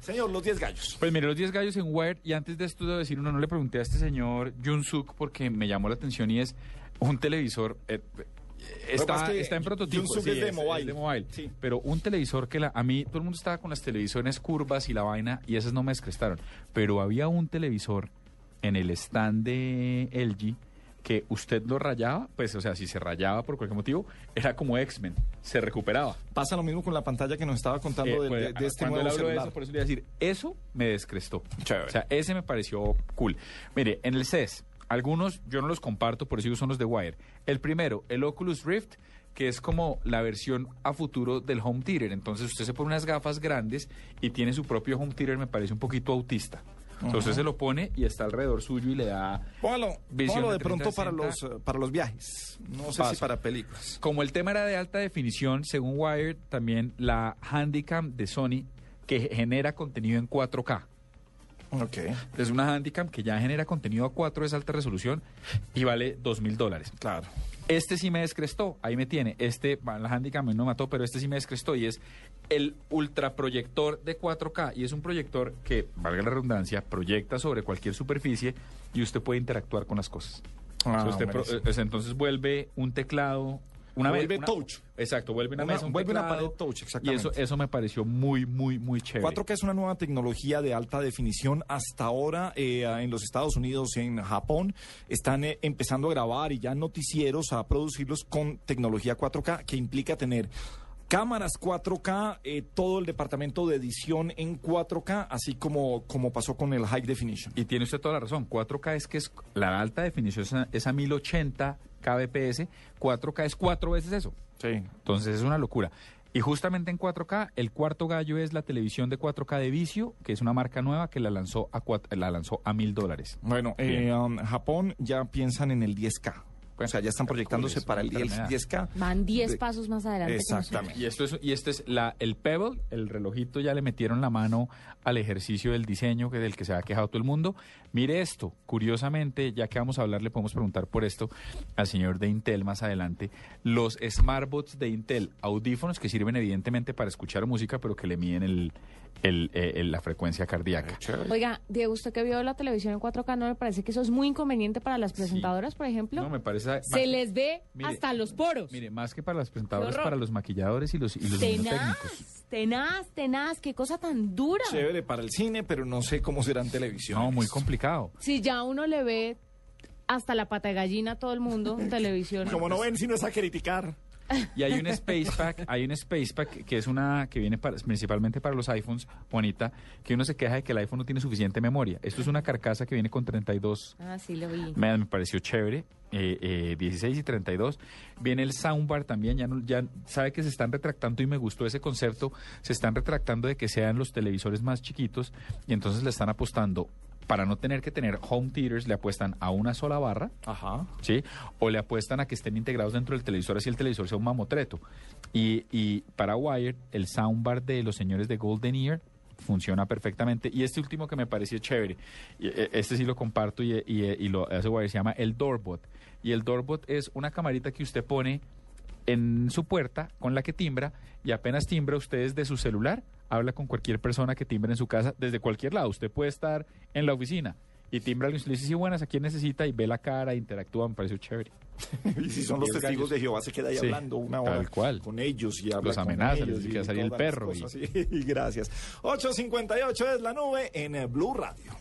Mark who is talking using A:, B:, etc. A: Señor, los 10 gallos.
B: Pues mire, los 10 gallos en Wired, y antes de esto debo decir uno, no le pregunté a este señor Jun Suk porque me llamó la atención y es un televisor. eh,
A: pasa
B: Está,
A: es que
B: está en prototipo.
A: Jun Suk es de mobile. Sí.
B: Pero un televisor que la, a mí todo el mundo estaba con las televisiones curvas y la vaina y esas no me descrestaron. Pero había un televisor en el stand de LG que usted lo rayaba, pues o sea, si se rayaba por cualquier motivo, era como X-Men, se recuperaba.
A: Pasa lo mismo con la pantalla que nos estaba contando
B: Eh,
A: de,
B: pues,
A: de- de este
B: cuando él
A: nuevo
B: habló de
A: celular.
B: eso, por eso le iba a decir, eso me descrestó.
A: Chévere.
B: O sea, ese me pareció cool. Mire, en el CES, algunos yo no los comparto, por eso son los de Wire. El primero, el Oculus Rift, que es como la versión a futuro del home theater. Entonces usted se pone unas gafas grandes y tiene su propio home theater, me parece un poquito autista. Entonces se lo pone y está alrededor suyo y le da...
A: Póngalo,
B: Visión
A: póngalo
B: de
A: de pronto para
B: 360.
A: los, eh, para los viajes. No sé si
B: Paso.
A: para películas.
B: Como el tema era de alta definición, según Wired, también la Handicam de Sony, que genera contenido en 4K.
A: Ok.
B: Es una Handicam que ya genera contenido a 4 es alta resolución y vale dos mil dólares.
A: Claro.
B: Este sí me descrestó, ahí me tiene. Este, bueno, la Handicam no me mató, pero este sí me descrestó y es el ultraproyector de 4K. Y es un proyector que, valga la redundancia, proyecta sobre cualquier superficie y usted puede interactuar con las cosas.
A: Ah,
B: O sea, usted pro-
A: buenísimo.
B: eh, entonces vuelve un teclado. Una
A: Vuelve
B: vez- una-
A: touch.
B: Exacto, vuelve una,
A: Una-
B: mesa, un
A: vuelve una
B: teclado.
A: pared touch,
B: Y eso,
A: exactamente.
B: eso me pareció muy, muy, muy chévere.
A: 4K es una nueva tecnología de alta definición. Hasta ahora eh, en los Estados Unidos, en Japón, están eh, empezando a grabar y ya noticieros a producirlos con tecnología 4K que implica tener... Cámaras 4K, eh, todo el departamento de edición en 4K, así como, como pasó con el High Definition.
B: Y tiene usted toda la razón. 4K es que es la alta definición es a, es a 1080 kbps. 4K es cuatro veces eso.
A: Sí.
B: Entonces es una locura. Y justamente en 4K, el cuarto gallo es la televisión de 4K de Vicio, que es una marca nueva que la lanzó a, cuat- la lanzó a mil dólares.
A: Bueno,
B: Bien.
A: eh, um, Japón ya piensan en el 10K.
B: Bueno,
A: o sea, ya están
B: está cool,
A: proyectándose
B: es
A: para
B: una
A: el 10,
B: enfermedad.
A: 10K.
C: Van 10
A: De-
C: pasos más adelante. que
A: Exactamente.
B: Y esto es, y este es la, el Pebble, el relojito, ya le metieron la mano al ejercicio del diseño que del que se ha quejado todo el mundo. Mire esto, curiosamente, ya que vamos a hablar, le podemos preguntar por esto al señor de Intel más adelante. Los Smartbots de Intel, audífonos que sirven evidentemente para escuchar música, pero que le miden el, el- eh, el- la frecuencia cardíaca.
C: nosotros. Oiga, Diego, usted que vio la televisión en 4K, ¿no le parece que eso es muy inconveniente para las presentadoras, por ejemplo?
B: No, me parece...
C: Se les ve
B: Mire,
C: hasta los poros.
B: Mire, más que para las presentadoras,
C: Qué horror.
B: para los maquilladores y los, y los técnicos.
C: tenaz, tenaz, tenaz, qué cosa tan dura.
A: Chévere para el cine, pero no sé cómo será en televisión.
B: No, muy complicado.
C: Si ya uno le ve hasta la pata de gallina a todo el mundo en televisión.
A: Como no ven, si no es a criticar.
B: Y hay un Space Pack, hay un Space Pack que es una que viene para- principalmente para los iPhones, Juanita, que uno se queja de que el iPhone no tiene suficiente memoria. Esto es una carcasa que viene con 32,
C: Ah, sí, lo vi.
B: me, me pareció chévere, eh, eh, 16 y 32. Viene el soundbar también, ya, no- ya sabe que se están retractando y me gustó ese concepto, se están retractando de que sean los televisores más chiquitos y entonces le están apostando, para no tener que tener home theaters, le apuestan a una sola barra.
A: Ajá.
B: ¿sí? O le apuestan a que estén integrados dentro del televisor, así el televisor sea un mamotreto. Y, y para Wired, el soundbar de los señores de Golden Ear funciona perfectamente. Y este último que me pareció chévere, y, eh, este sí lo comparto y, eh, y, eh, y lo hace Wired, se llama el Doorbot. Y el Doorbot es una camarita que usted pone en su puerta con la que timbra y apenas timbra usted desde su celular, habla con cualquier persona que timbre en su casa, desde cualquier lado. Usted puede estar en la oficina y timbra alguien, usted le dice, sí, buenas, ¿a quién necesita? Y ve la cara, interactúa, me pareció chévere.
A: Y si son los
B: Diez
A: testigos
B: gallos.
A: de Jehová, se queda ahí
B: Sí,
A: hablando una
B: tal
A: hora
B: cual.
A: con ellos y habla
B: Los
A: con
B: amenaza, les
A: ellos
B: dice
A: y
B: que va a salir el
A: todas las
B: perro y-
A: cosas. Sí, gracias. 8.58 es la nube en eh, Blue Radio.